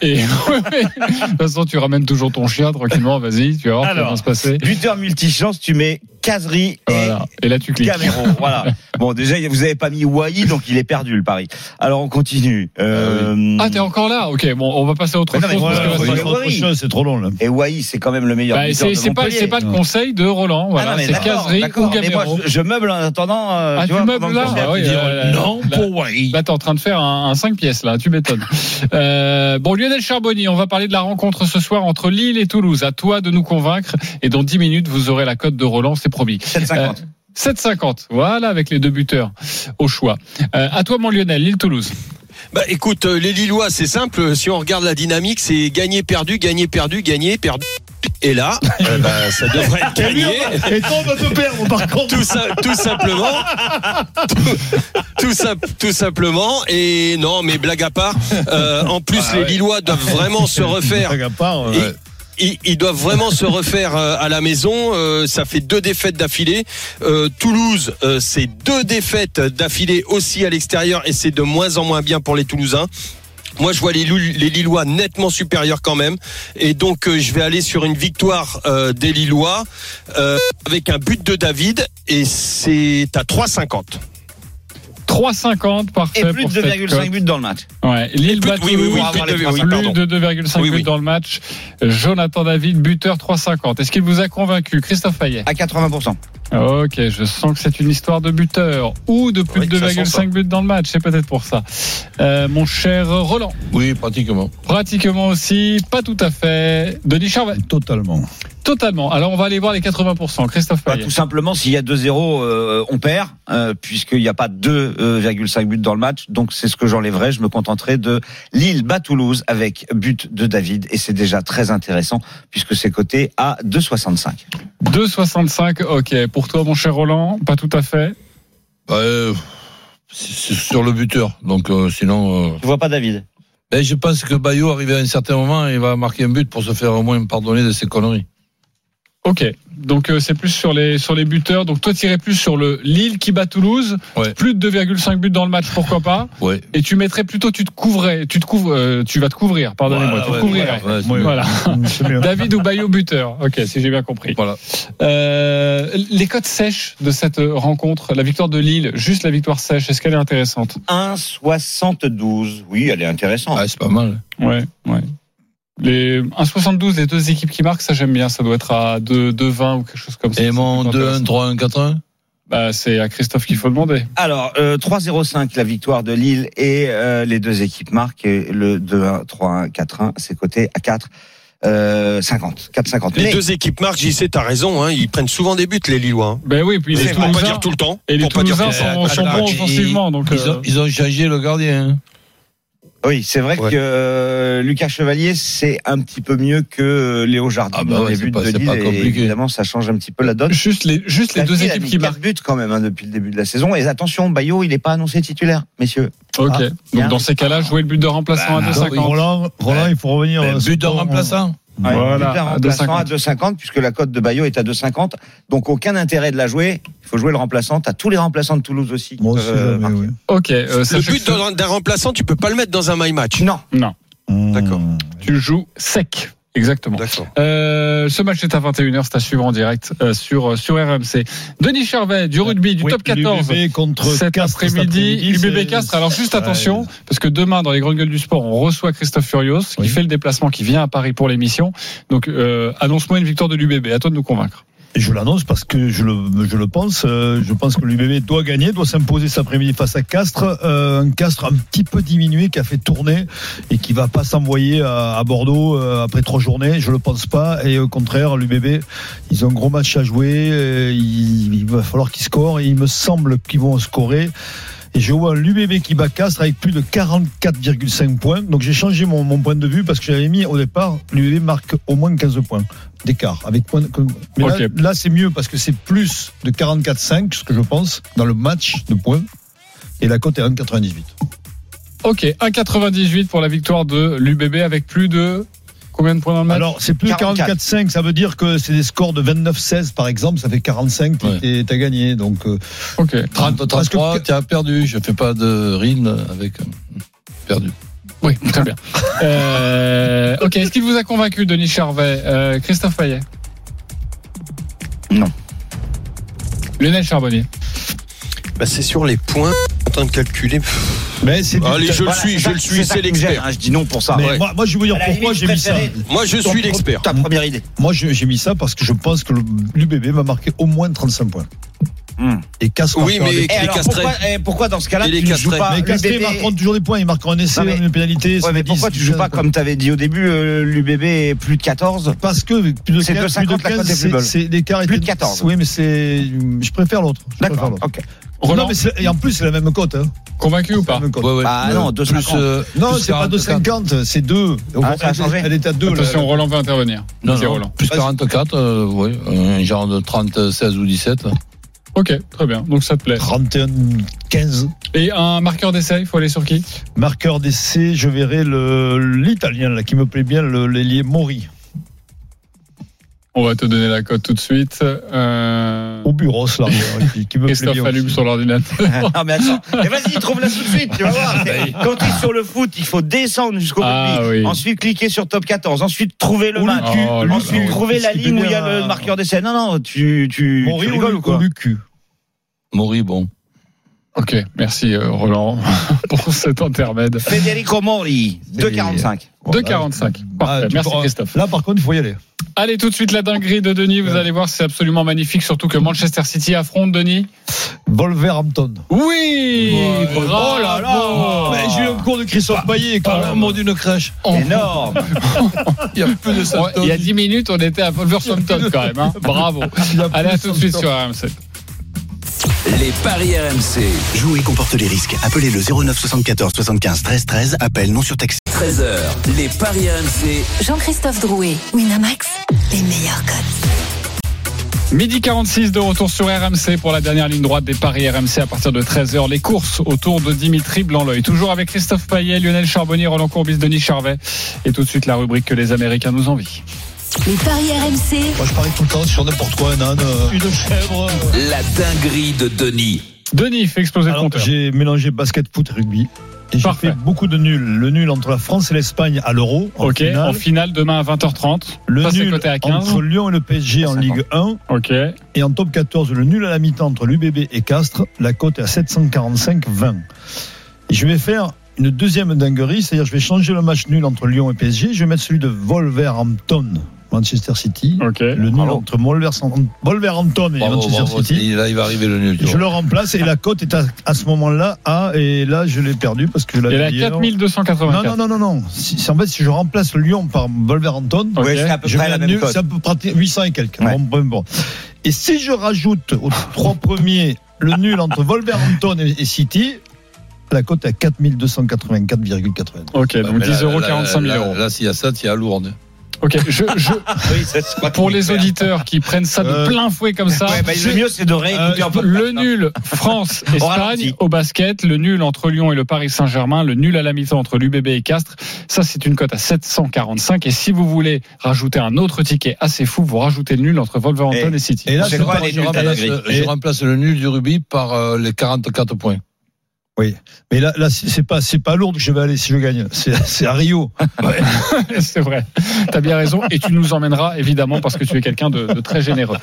Et de toute façon, tu ramènes toujours ton chien tranquillement, vas-y, tu vas voir, ça va bien se passer. Buteur multichance, tu mets caserie et Voilà. Et là, tu cliques. Gamero, voilà. Bon, déjà, vous avez pas mis Wai, donc il est perdu, le pari. Alors, on continue. Euh, Ah, t'es encore là Ok, bon, on va passer à autre Mais chose. non, mais Ouais, parce voilà, que là, ouais, c'est- voilà. ouais, autre chose, c'est trop long, là. Et Wai, c'est quand même le meilleur Bah, buteur c'est de c'est pas, Montpellier. c'est pas de Non. conseil de Roland, Ah voilà, non, mais c'est d'accord, Casery ou d'accord. Mais moi, Gamero. je, je meuble en attendant. euh, Ah, tu tu vois, meubles pendant là qu'on fait Bah un oui, petit- euh, non là- pour Wai. Bah, Là, Bah, t'es en train de faire un, un 5 pièces, là, tu m'étonnes. Euh, bon, Lionel Charbonnier, on va parler de la rencontre ce soir entre Lille et Toulouse. À toi de nous convaincre. Et dans 10 minutes, vous aurez la cote de Roland, c'est promis. 7,50. 7,50. Voilà, avec les deux buteurs au choix. Euh, à toi, mon Lionel, Lille-Toulouse. Bah écoute, euh, les Lillois, c'est simple. Si on regarde la dynamique, c'est gagner, perdu, gagner, perdu, gagner, perdu. Et là, euh, bah, ça devrait être gagné. Et toi, on va te perdre, par contre. Tout, ça, tout simplement. Tout, tout, sim- tout simplement. Et non, mais blague à part, euh, en plus, Bah les Lillois doivent vraiment se refaire. Blague à part, euh, Ils- Ils, ils doivent vraiment se refaire euh, à la maison. Euh, ça fait deux défaites d'affilée. Euh, Toulouse, euh, c'est deux défaites d'affilée aussi à l'extérieur et c'est de moins en moins bien pour les Toulousains. Moi, je vois les, Lou- les Lillois nettement supérieurs quand même. Et donc, euh, je vais aller sur une victoire euh, des Lillois euh, avec un but de David. Et c'est à 3,50. 3,50, parfait. Et plus Euh, pour de cette 2,5 cote. buts dans le match. Ouais, Lille Plus de- bat oui, oui, oui, Toulouse plus de- avec oui, plus pardon. de 2,5 Oui, buts oui. dans le match. Jonathan David, buteur 3,50. Est-ce qu'il vous a convaincu, Christophe Payet À 80%. Ok, je sens que c'est une histoire de buteur ou de plus Oui, de ça sent ça. 2,5 buts dans le match. C'est peut-être pour ça. Euh, mon cher Roland, Oui, pratiquement. pratiquement aussi, pas tout à fait. Denis Charvet, Totalement. totalement. Alors on va aller voir les 80%. Christophe Bah, Payet. tout simplement, s'il y a 2-0, euh, on perd, euh, puisqu'il n'y a pas 2,5 buts dans le match. Donc c'est ce que j'enlèverai. Je me contenterai de Lille bat Toulouse avec but de David. Et c'est déjà très intéressant, puisque c'est coté à 2,65. 2,65. Ok, pour toi, mon cher Roland, pas tout à fait. Bah, euh, c'est- c'est sur le buteur. Donc, euh, sinon. euh, Tu vois pas David ben, je pense que Bayo, arrivé à un certain moment, il va marquer un but pour se faire au moins pardonner de ses conneries. Ok, donc euh, c'est plus sur les sur les buteurs. Donc toi, tirais plus sur le Lille qui bat Toulouse, Ouais. plus de 2,5 buts dans le match, pourquoi pas Ouais. Et tu mettrais plutôt, tu te couvrais, tu te couvres, euh, tu vas te couvrir. Pardonnez-moi, Voilà, tu te ouais, couvrirais. voilà, ouais, c'est mieux. Voilà. C'est mieux. David ou Bayo buteur. Ok, si j'ai bien compris. Voilà. Euh, les cotes sèches de cette euh, rencontre, la victoire de Lille, juste la victoire sèche, est-ce qu'elle est intéressante 1,72. Oui, elle est intéressante. Ah, c'est pas mal. Ouais, ouais. Les 1,72, les deux équipes qui marquent, ça j'aime bien. Ça doit être à 2, 2,20 ou quelque chose comme ça. Et C'est mon plutôt 2-1, intéressant. 3-1, 4-1 Bah, c'est à Christophe qu'il faut demander. Alors, euh, 3-0-5, la victoire de Lille et euh, les deux équipes marquent. Et le 2-1, 3-1, 4-1, c'est coté à 4. Euh, 50, 4,50. Les Mais- deux équipes marquent, JC, t'as raison, hein, ils prennent souvent des buts, les Lillois. hein. Ben oui, puis Pour les pas Toulousains, dire tout le temps. et les Pour pas dire tout Toulousains le temps. sont, sont bons Ils- offensivement. Donc, Ah, ils, euh, ont, ils ont changé le gardien. hein. Oui, c'est vrai Ouais. que euh, Lucas Chevalier, c'est un petit peu mieux que euh, Léo Jardim Ah bah dans ouais, les c'est buts pas- de c'est Lille. pas et compliqué. évidemment, ça change un petit peu la donne. juste les, juste les La deux Lille a équipes mis qui quatre marquent. buts quand même hein, depuis le début de la saison. Et attention, Bayo, il n'est pas annoncé titulaire, messieurs. Ok. Ah, donc, bien. dans ces cas-là, jouer le but de remplacement à Bah, 2,50. Roland, Roland, il faut revenir. Ben, euh, but de sur- remplaçant. Ouais, Voilà, titulaire à remplaçant à 2,50. 2,50 puisque la cote de Bayo est à 2,50. Donc aucun intérêt de la jouer. Il faut jouer le remplaçant. T'as tous les remplaçants de Toulouse aussi. qui Moi peuvent, aussi, euh, jamais, marquer. oui. Ok. euh, Le sachez but que d'un d'un remplaçant, tu peux pas le mettre dans un my match. Non. D'accord. Mmh. tu joues sec. Exactement. D'accord. Euh, ce match est à 21h, c'est à suivre en direct euh, sur, euh, sur RMC. Denis Charvet, du rugby, du Oui, top 14. l'UBB contre Cet Castres, après-midi, c'est- UBB Castres. Alors juste attention, Ouais. parce que demain, dans les grandes gueules du sport, on reçoit Christophe Furios, qui Oui. fait le déplacement, qui vient à Paris pour l'émission. Donc euh, annonce-moi une victoire de l'UBB, à toi de nous convaincre. Et je l'annonce parce que je le, je le pense. euh, je pense que l'UBB doit gagner, doit s'imposer cet après-midi face à Castres. Euh, un Castres un petit peu diminué qui a fait tourner et qui va pas s'envoyer à, à Bordeaux euh, après trois journées. Je le pense pas. Et au contraire, l'UBB, ils ont un gros match à jouer. euh, il, il va falloir qu'ils scorent. Et il me semble qu'ils vont scorer. Et je vois l'UBB qui bat Castres avec plus de 44,5 points. Donc j'ai changé mon, mon point de vue parce que j'avais mis au départ, l'UBB marque au moins 15 points d'écart. Avec point de- Mais là- Ok. là, c'est mieux parce que c'est plus de 44,5, ce que je pense, dans le match de points. Et la cote est 1,98. Ok, 1,98 pour la victoire de l'UBB avec plus de combien de points dans le match Alors, c'est plus 44. 44,5, ça veut dire que c'est des scores de 29,16 par exemple, ça fait 45 Ouais. et t'as gagné. Donc, euh, 30 Parce que- 30-33, tu as perdu. Je fais pas de rythme avec. euh, Perdu. Oui, très bien. Euh, ok, est-ce qu'il vous a convaincu, Denis Charvet Euh, Christophe Payet Non. Lionel Charbonnier Bah, c'est sur les points. En train de calculer. mais c'est du- Ah, Allez, je le Voilà, suis, c'est je ça- le suis, c'est ça qui me gêne, l'expert. hein, je dis non pour ça. Mais Ouais. moi, moi, je vais vous dire À la pourquoi limite, j'ai mis ça. préférez Moi, je ton- suis l'expert. Ta première idée. Moi, je- j'ai mis ça parce que je pense que le- l'UBB va marquer au moins 35 points. Hmm. Et Castres Oui, mais Et les alors, castrés. pourquoi, eh, pourquoi dans ce cas-là Et les tu ne joues castrés. pas mais Castres l'UBB marqueront toujours des points, ils marqueront un essai, Non, mais- une pénalité. ça Ouais, mais fait pourquoi 10, tu joues pas 15, comme t'avais dit au début euh, l'UBB est plus de 14 Parce que plus de C'est 15, 2,50, la cote est c'est- plus belle. c'est l'écart est- Plus de 14. Oui, mais c'est je préfère l'autre. Je préfère D'accord, l'autre. ok. Roland, Non, mais c'est- et en plus c'est la même cote. Hein. convaincu ou pas La même cote. Ouais, ouais. Bah Euh, non, 2,50. plus, euh, Non, plus c'est pas 44. 2,50, c'est 2. Ah, ça a changé. Elle est à 2. Attention, Roland va intervenir. Non, Ok, non, Roland. plus 44, euh, ouais, un genre de 30, 16 ou 17. Ok, très bien, donc ça te plaît. 31, 15. Et un marqueur d'essai, il faut aller sur qui Marqueur d'essai, je verrai le- l'italien là qui me plaît bien, le- l'ailier Mori. On va te donner la cote tout de suite. Euh, Au bureau, là, qui, qui me plaît Christophe bien. allume aussi. sur l'ordinateur. Non mais attends, mais vas-y, trouve-la tout de suite, tu vas Bah voir. C'est- Quand tu es sur le foot, il faut descendre jusqu'au Ah, rugby. oui. Ensuite, cliquer sur top 14. Ensuite, trouver le Ou le match. cul. Oh là là, Ensuite, oui. trouver la Ah, Qu'est-ce qu'il ligne où peut il y a dire, le euh, marqueur d'essai. Non, non, tu, tu, tu Mori rigoles ou quoi Lucu Maury, bon. Ok, merci euh, Roland pour cet intermède. Federico Mori, 2,45. 2,45. Ah, Parfait. tu Merci pourras- Christophe. Là, par contre, il faut y aller. Allez, tout de suite la dinguerie de Denis. Vous allez voir, c'est absolument magnifique. Surtout que Manchester City affronte Denis. Wolverhampton. Oh Oui Bravo Mais J'ai eu un cours de Christophe Payet quand Par même. l'amour d'une crèche. On- Énorme. Il n'y a plus de ça. Ouais, Il y a 10 minutes, on était à Wolverhampton quand même. hein. Bravo. Il a plus Allez, à de tout de suite solution. sur RMC. Les paris RMC. Jouer comporte les risques. Appelez le 09 74 75 13 13. Appel non surtaxé. 13h, les paris RMC. Jean-Christophe Drouet, Winamax, les meilleurs codes. Midi 46 de retour sur RMC pour la dernière ligne droite des paris RMC à partir de 13h. Les courses autour de Dimitri Blanc-L'œil. Toujours avec Christophe Payet, Lionel Charbonnier, Roland Courbis, Denis Charvet. Et tout de suite la rubrique que les Américains nous envient. Les paris RMC, Moi, je parie tout le temps sur n'importe quoi, un âne, euh, une chèvre. euh. La dinguerie de Denis. Denis fait exploser le Alors, compteur. J'ai mélangé basket, foot, rugby. Et j'ai Parfait. fait beaucoup de nuls. Le nul entre la France et l'Espagne à l'Euro. en Ok, finale. en finale demain à 20h30. Le Ça, c'est nul coté à 15. entre Lyon et le PSG en 50. Ligue 1. Ok. Et en top 14, le nul à la mi-temps entre l'UBB et Castres, la cote est à 745-20. Et je vais faire une deuxième dinguerie, c'est-à-dire je vais changer le match nul entre Lyon et PSG, je vais mettre celui de Wolverhampton, Manchester City, Ok. le nul Bravo. entre Wolverhampton Wolverhampton et Bravo, Manchester bravo, City. il- Là, il va arriver le nul. tu Je vois. le remplace et la cote est à, à ce moment-là à, et là je l'ai perdu parce que je Il est à l'avais dit, non. 4284. Bah, Non, non, non, non, non. Si, si- en fait, si je remplace Lyon par Wolverhampton, Ok. Ouais, c'est à peu je près mets la un même nul, cote. c'est à peu près 800 et quelques. Ouais. Bon, bon, bon. Et si je rajoute aux trois premiers le nul entre Wolverhampton et, et City, la cote est à 4284,80. Ok, donc Bah, Mais là, 10 euros, là, 45 000 là, euros. Là, s'il y a ça, il y a Lourdes. Ok, je, je, Oui, ça, c'est pas pour très les clair. auditeurs qui prennent ça de Euh, plein fouet comme ça. euh, Ouais, bah, le mieux, c'est de réécouter un peu hein. Le nul France-Espagne ralentit. au basket, le nul entre Lyon et le Paris Saint-Germain, le nul à la mi-temps entre l'UBB et Castres. Ça, c'est une cote à 745. Et si vous voulez rajouter un autre ticket assez fou, vous rajoutez le nul entre Wolverhampton et, Et- City. Et là, C'est c'est quoi pas- les Je nuls t'as la remplace, grille. je remplace le nul du rugby par euh, les 44 points. mais là, là c'est c'est pas, c'est pas lourd que je vais aller si je gagne. C'est c'est à Rio. c'est vrai. T'as bien raison. Et tu nous emmèneras, évidemment, parce que tu es quelqu'un de, de très généreux.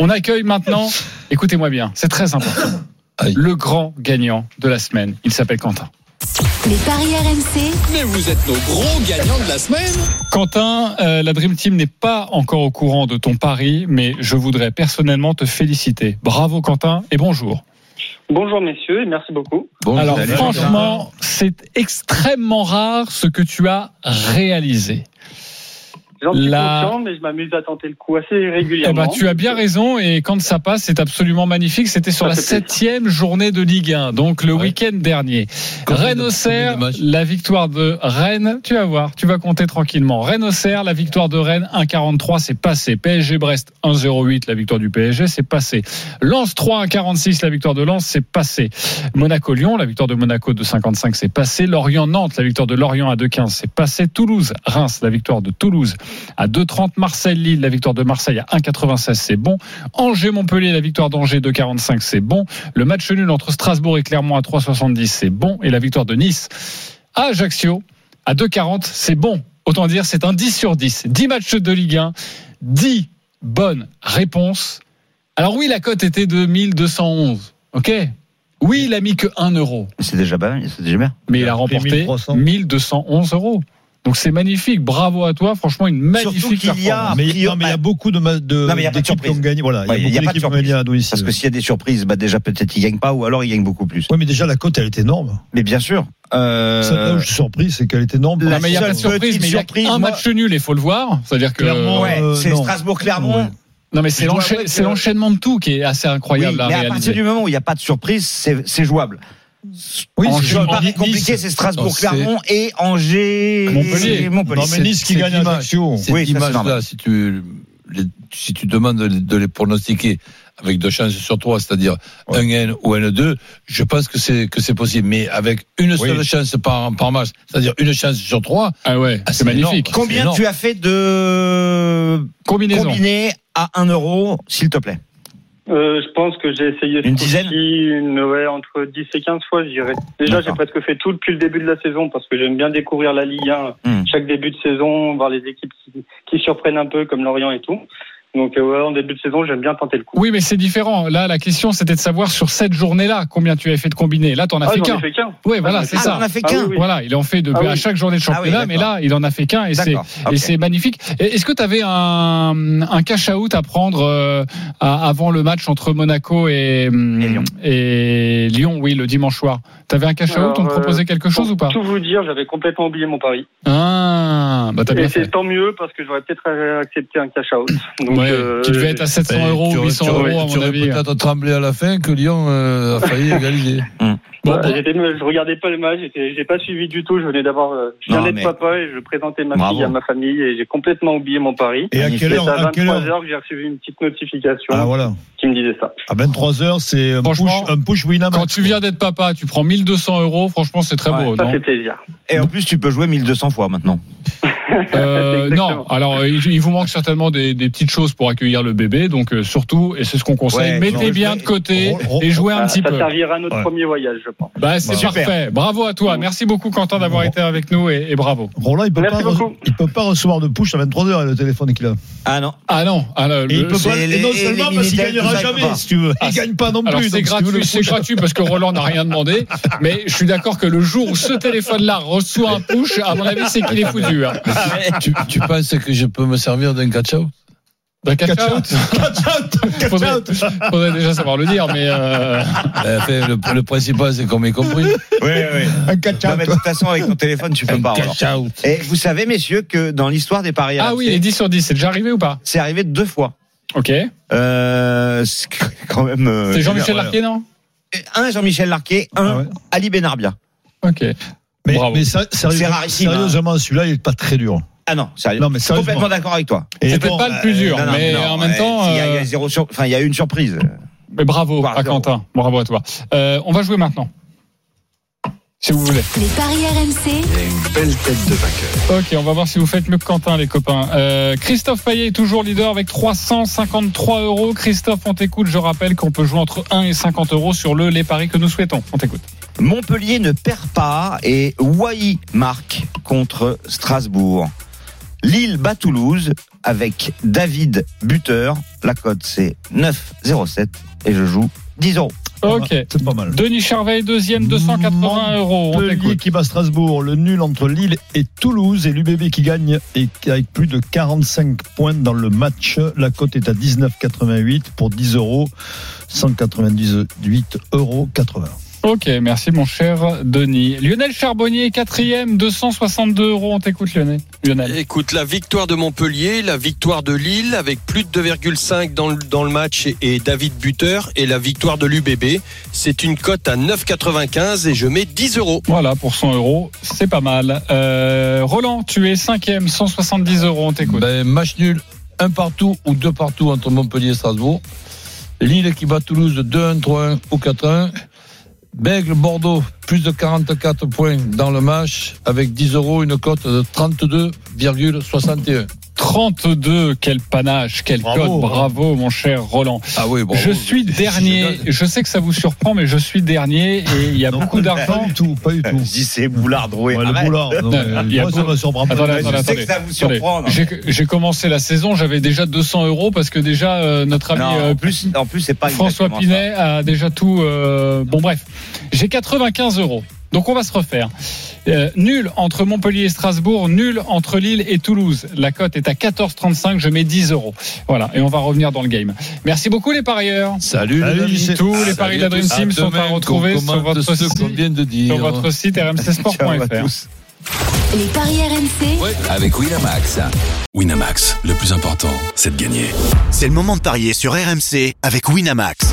On accueille maintenant, écoutez-moi bien, c'est très important, Aïe. le grand gagnant de la semaine. Il s'appelle Quentin. les paris RMC, Mais vous êtes nos gros gagnants de la semaine. Quentin, euh, la Dream Team n'est pas encore au courant de ton pari, mais je voudrais personnellement te féliciter. Bravo Quentin et bonjour. Bonjour messieurs et merci beaucoup. Bon, Alors allez, franchement, c'est extrêmement rare ce que tu as réalisé. J'en suis La- confiant, mais je m'amuse à tenter le coup assez Eh régulièrement. ben, tu as bien raison et quand ça passe, c'est absolument magnifique. C'était sur Ça la fait plaisir. septième journée de Ligue 1, donc le Ouais. week-end dernier. Combien de- Rennes Auxerre, combien de matchs la victoire de Rennes, tu vas voir, tu vas compter tranquillement. Rennes Auxerre, la victoire de Rennes 1,43, c'est passé. PSG Brest 1,08, la victoire du PSG, c'est passé. Lens 3 1,46, la victoire de Lens, c'est passé. Monaco Lyon, la victoire de Monaco de 55, c'est passé. Lorient Nantes, la victoire de Lorient à 2,15, c'est passé. Toulouse Reims, la victoire de Toulouse à 2,30. Marseille Lille, la victoire de Marseille à 1,96, c'est bon. Angers Montpellier, la victoire d'Angers 2,45, c'est bon. Le match nul entre Strasbourg et Clermont à 3,70, c'est bon. Et la victoire de Nice à Ajaccio à 2,40, c'est bon. Autant dire, c'est un 10 sur 10. 10 matchs de Ligue 1, 10 bonnes réponses. Alors oui, la cote était de 1211. OK Oui, il a mis que 1 euro, C'est déjà pas mal, c'est déjà bien. mais il Il a a pris remporté 1300. 1211 euros. Donc c'est magnifique. Bravo à toi. Franchement, une Surtout magnifique qu'il y performance. a. Mais non, mais il y a beaucoup de, ma- de Ah, Non, mais il y a pas de d'équipes qui ont surprise. gagné. Voilà, Ouais, il y a, beaucoup pas de d'équipes qui ont surprise. gagné à domicile. Parce que s'il y a des surprises, bah déjà peut-être ils gagnent pas ou alors ils gagnent beaucoup plus. Oui, mais déjà la cote elle est énorme. Mais bien sûr. euh, Celle là où je suis surpris, c'est qu'elle est énorme. La Non, mais il y a seule pas de surprise, petite mais il y a surprise, un moi- match nul, il faut le voir. C'est-à-dire que Clairement, ouais, euh, c'est non. Strasbourg-Clermont. Ouais. non mais c'est Je dois l'enchaî- avouer que- c'est l'enchaînement de tout qui est assez Oui, incroyable mais à à réaliser. partir du moment où il n'y a pas de surprise, c'est c'est jouable. Oui, En c'est jeu, jouable. paraît Nice. compliqué, c'est Strasbourg-Clermont Montpellier. et Angers. Montpellier. Non, mais Nice qui c'est gagne à l'image. Ajaccio. Ces Oui, ça, c'est images-là, normal. si tu, les- si tu demandes de les- de les pronostiquer avec deux chances sur trois, c'est-à-dire un N ou un 2 je pense que c'est que c'est possible. Mais avec une seule chance par, par match, c'est-à-dire une chance sur trois, Ah ouais, Ah, c'est c'est magnifique. énorme. Combien C'est énorme. tu as fait de Combinaison. combinés à 1 euro, s'il te plaît Euh, je pense que j'ai essayé ce Une dizaine coup-ci, une, ouais, entre 10 et 15 fois, je dirais. Déjà, j'ai D'accord. presque fait tout depuis le début de la saison parce que j'aime bien découvrir la Ligue 1 Hmm. chaque début de saison, voir les équipes qui, qui surprennent un peu comme Lorient et tout. Donc euh, ouais, en début de saison, j'aime bien tenter le coup. Oui, mais c'est différent. Là, la question, c'était de savoir sur cette journée-là combien tu avais fait de combiné. Là, t'en as ah, fait j'en qu'un. ai fait qu'un. Oui, voilà, c'est Ah, ça. on a fait Ah qu'un. oui, oui. Voilà, il en fait depuis Ah oui. à chaque journée de Ah oui, championnat, mais d'accord. là, il en a fait qu'un et c'est D'accord. et ok. c'est magnifique. Et Est-ce que tu avais un, un cash out à prendre euh, à- avant le match entre Monaco et, hum, Et Lyon. et Lyon, oui, le dimanche soir Tu avais un cash out Alors, On te euh, proposait quelque chose Pour ou pas Tout vous dire, j'avais complètement oublié mon pari. Ah, bah t'as Et bien c'est fait. tant mieux parce que j'aurais peut-être euh, accepté un cash out. Donc, Ouais, euh, tu devais être à 700 euros, Tu aurais- 800 tu aurais- euros à tu mon aurais avis. peut-être tremblé à la fin que Lyon euh, a failli égaliser. Bon, bah, bon. j'étais- je regardais pas le match, j'étais- j'ai pas suivi du tout. Je venais d'avoir, euh, je Non, viens d'être mais- papa et je présentais ma Bravo. fille à ma famille et j'ai complètement oublié mon pari. Et à Magnifique. quelle C'est heure à À quelle heure 23h que j'ai reçu une petite notification Ah voilà. qui me disait ça. À 23h, c'est un push, Franchement, un push Winamax. Quand tu viens d'être papa, tu prends 1200 euros, franchement, c'est très Ouais, beau, Ça non fait plaisir. Et en plus, tu peux jouer 1200 fois maintenant. Euh, Exactement. non, alors euh, il il vous manque certainement des, des petites choses pour accueillir le bébé, donc euh, surtout, et c'est ce qu'on conseille, Ouais, mettez genre, bien jouer- de côté ro- ro- et jouez un Ah, petit ça peu. servira à notre Ouais. premier voyage, je pense. Bah, c'est Super. parfait. Bravo à toi. Merci beaucoup Quentin d'avoir été avec nous et, et bravo. Roland, il peut Merci pas, beaucoup. il peut pas recevoir de push à 23h le téléphone qu'il a. Ah non. Ah non, ah, le- Et il le- peut pas. C'est Et non les- seulement les parce qu'il Minitel, tout gagnera ça, il peut jamais, pas. si tu veux. Ah, Il gagne pas non alors plus. c'est donc, si tu veux, gratuit, le c'est push- gratuit parce que Roland n'a rien demandé, mais je suis d'accord que le jour où ce téléphone-là reçoit un push, à mon avis, c'est qu'il est foutu. Hein. tu, tu penses que je peux me servir d'un catch-out D'un catch-out, Catch out, Bah, faudrait, catch out. faudrait déjà savoir le dire, mais euh, Euh, enfin, le, le principal, c'est qu'on m'ait compris. Oui, oui. Un catch Non, mais de out. toute façon, avec ton téléphone, tu peux pas. alors. catch-out. Et vous savez, messieurs, que dans l'histoire des paris ah RMC, oui, les 10 sur 10, c'est déjà arrivé ou pas c'est arrivé deux fois. Ok. Euh, c'est quand même. euh, C'est Jean-Michel énorme. Larquet, non Un Jean-Michel Larquet, un Ah ouais. Ali Benarbia. Ok. Mais, Bravo. mais ça- sérieux- C'est rarissime, hein. sérieusement, celui-là, il est pas très dur. Ah non, sérieux. Non, mais Je suis sérieusement. complètement d'accord avec toi. Et C'est bon, peut-être pas le euh, plus dur, Non, non, mais non, en même ouais, temps, s'il y a- il y euh, a zéro sur- enfin, il y a une surprise. mais bravo à Pardon. Quentin, bravo à toi. Euh, on va jouer maintenant. Si vous voulez. Les paris RMC, Il a une belle tête de vainqueur. Ok, on va voir si vous faites mieux que Quentin, les copains. Euh, Christophe Payet est toujours leader avec 353 euros. Christophe, on t'écoute. Je rappelle qu'on peut jouer entre 1 et 50 euros sur le les paris que nous souhaitons. On t'écoute. Montpellier ne perd pas et Wai marque contre Strasbourg. Lille bat Toulouse avec David buteur. La cote c'est 9,07 et je joue 10 euros. Ok. C'est pas mal. Denis Charvet, deuxième, 280 euros. On Montpellier t'écoute. qui bat Strasbourg, le nul entre Lille et Toulouse et l'UBB qui gagne et qui- avec plus de 45 points dans le match. La cote est à 19,88 pour 10 euros, 198 euros 80. Ok, merci mon cher Denis. Lionel Charbonnier, quatrième, 262 euros. On t'écoute, Lionel. Lionel. Écoute, la victoire de Montpellier, la victoire de Lille avec plus de 2,5 dans le, dans le match et, et David buteur et la victoire de l'UBB, c'est une cote à 9,95 et je mets 10 euros. Voilà, pour 100 euros, c'est pas mal. Euh, Roland, tu es cinquième, 170 euros, on t'écoute. Ben, match nul, un partout ou deux partout entre Montpellier et Strasbourg. Lille qui bat Toulouse 2-1, 3-1 ou 4-1. Bègle Bordeaux, plus de 44 points dans le match, avec 10 euros, une cote de 32,61. 32, quel panache, quel Bravo. hein. code, bravo mon cher Roland. Ah oui, bon. je suis dernier, je, sais que ça vous surprend, mais je suis dernier et il y a Non, beaucoup Pas d'argent. du tout, pas du tout. Je dis c'est boulard droué. Ouais, le Arrête. boulard, non, mais Il y a moi, ça beaucoup- me surprend pas. Attendez, Ouais, attendez, je sais attendez. que ça vous Attendez. surprend. non. J'ai j'ai commencé la saison, j'avais déjà 200 euros parce que déjà euh, notre ami Non, euh, en plus, en plus c'est pas François exactement ça. Pinet a déjà tout. euh, bon, bref. J'ai 95 euros. Donc, on va se refaire. Euh, nul entre Montpellier et Strasbourg, nul entre Lille et Toulouse. La cote est à 14,35. Je mets 10 euros. Voilà. Et on va revenir dans le game. Merci beaucoup, les parieurs. Salut, Salut, amis. c'est- Tous les Salut paris de la à Dream tous. Team sont demain, à retrouver qu'on sur commente votre ce qu'on site, vient de dire. sur votre site Ciao à rmcsport.fr. tous. les paris RMC, Avec Winamax. Winamax, le plus important, c'est de gagner. C'est le moment de parier sur RMC avec Winamax.